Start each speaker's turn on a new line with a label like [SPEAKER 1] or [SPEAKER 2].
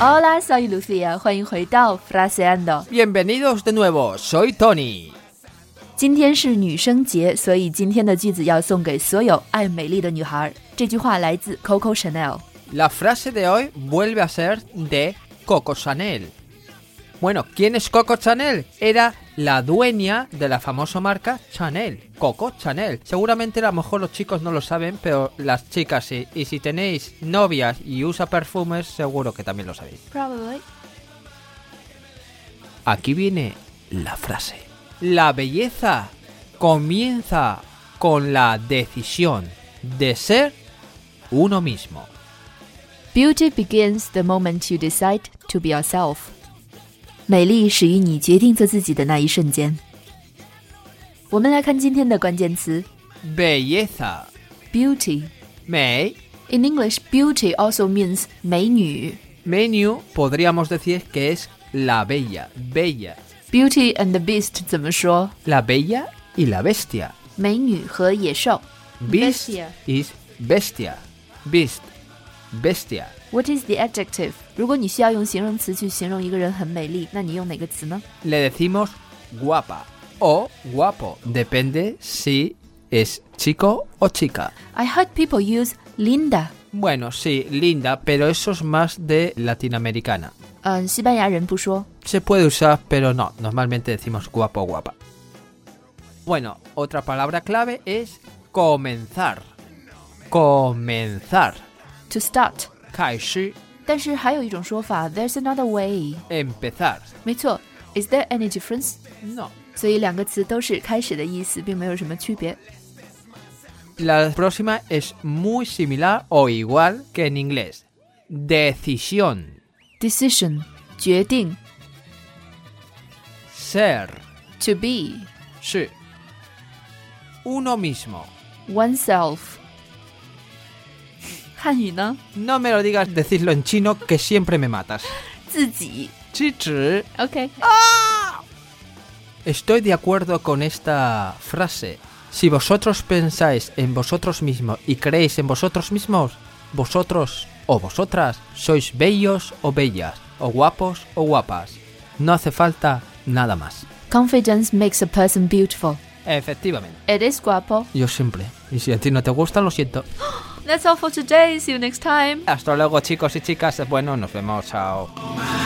[SPEAKER 1] Hola, soy Lucía，欢迎回到 Fraseando。
[SPEAKER 2] Bienvenidos de nuevo, soy Tony.
[SPEAKER 1] 今天是女生节，所以今天的句子要送给所有爱美丽的女孩。这句话来自 Coco Chanel。
[SPEAKER 2] La frase de hoy vuelve a ser de Coco Chanel. Bueno, ¿quién es Coco Chanel? Era la dueña de la famosa marca Chanel, Coco Chanel. Seguramente a lo mejor los chicos no lo saben, pero las chicas sí. Y si tenéis novias y usa perfumes, seguro que también lo sabéis.
[SPEAKER 1] Probably。
[SPEAKER 2] Aquí viene la frase. La belleza comienza con la decisión de ser uno mismo.
[SPEAKER 1] Beauty begins the moment you decide to be yourself。美丽始于你决定做自己的那一瞬间。我们来看今天的关键词
[SPEAKER 2] Belleza.
[SPEAKER 1] beauty。
[SPEAKER 2] Mei.
[SPEAKER 1] In English, beauty also means 美女。
[SPEAKER 2] Menu podríamos decir que es la bella. Bella.
[SPEAKER 1] Beauty and the Beast 怎么说？
[SPEAKER 2] La bella y la bestia.
[SPEAKER 1] 美女和野兽。
[SPEAKER 2] Beast
[SPEAKER 1] Bestia.
[SPEAKER 2] is bestia. Beast. Bestia.
[SPEAKER 1] What is the adjective？如果你需要用形容词去形容一个人很美丽，那你用哪个词呢？
[SPEAKER 2] Le decimos guapa o guapo. Depende si es chico o chica.
[SPEAKER 1] I heard people use Linda，
[SPEAKER 2] Bueno, sí, linda, pero eso es más de latinoamericana.
[SPEAKER 1] 嗯、西班牙人不说。
[SPEAKER 2] Se puede usar, pero no, normalmente decimos guapo o guapa. Bueno, otra palabra clave es comenzar. Comenzar.
[SPEAKER 1] To start，
[SPEAKER 2] Kaishi,
[SPEAKER 1] 但是还有一种说法，There's another way。
[SPEAKER 2] empezar.
[SPEAKER 1] 没错，Is there any difference？
[SPEAKER 2] No.
[SPEAKER 1] 所以两个词都是开始的意思，并没有什么区别。
[SPEAKER 2] La próxima es muy similar o igual que en inglés. Decisión.
[SPEAKER 1] Decision，决定
[SPEAKER 2] Ser.
[SPEAKER 1] ；to be，oneself。
[SPEAKER 2] Sí. Uno mismo.
[SPEAKER 1] 汉语呢？
[SPEAKER 2] No me lo digas decirlo en chino que siempre me matas.
[SPEAKER 1] 自己。
[SPEAKER 2] Chichi.
[SPEAKER 1] OK。
[SPEAKER 2] Estoy de acuerdo con esta frase. Si vosotros pensáis en vosotros mismos y creéis en vosotros mismos, vosotros o vosotras sois bellos o bellas, o guapos o guapas. No hace falta nada más.
[SPEAKER 1] Confidence makes a person beautiful.
[SPEAKER 2] Efectivamente.
[SPEAKER 1] It is guapo.
[SPEAKER 2] Yo siempre. Y si a ti no te gusta, lo siento.
[SPEAKER 1] That's all for today. See you next time.
[SPEAKER 2] Hasta luego chicos y chicas. Bueno, nos vemos. Chao.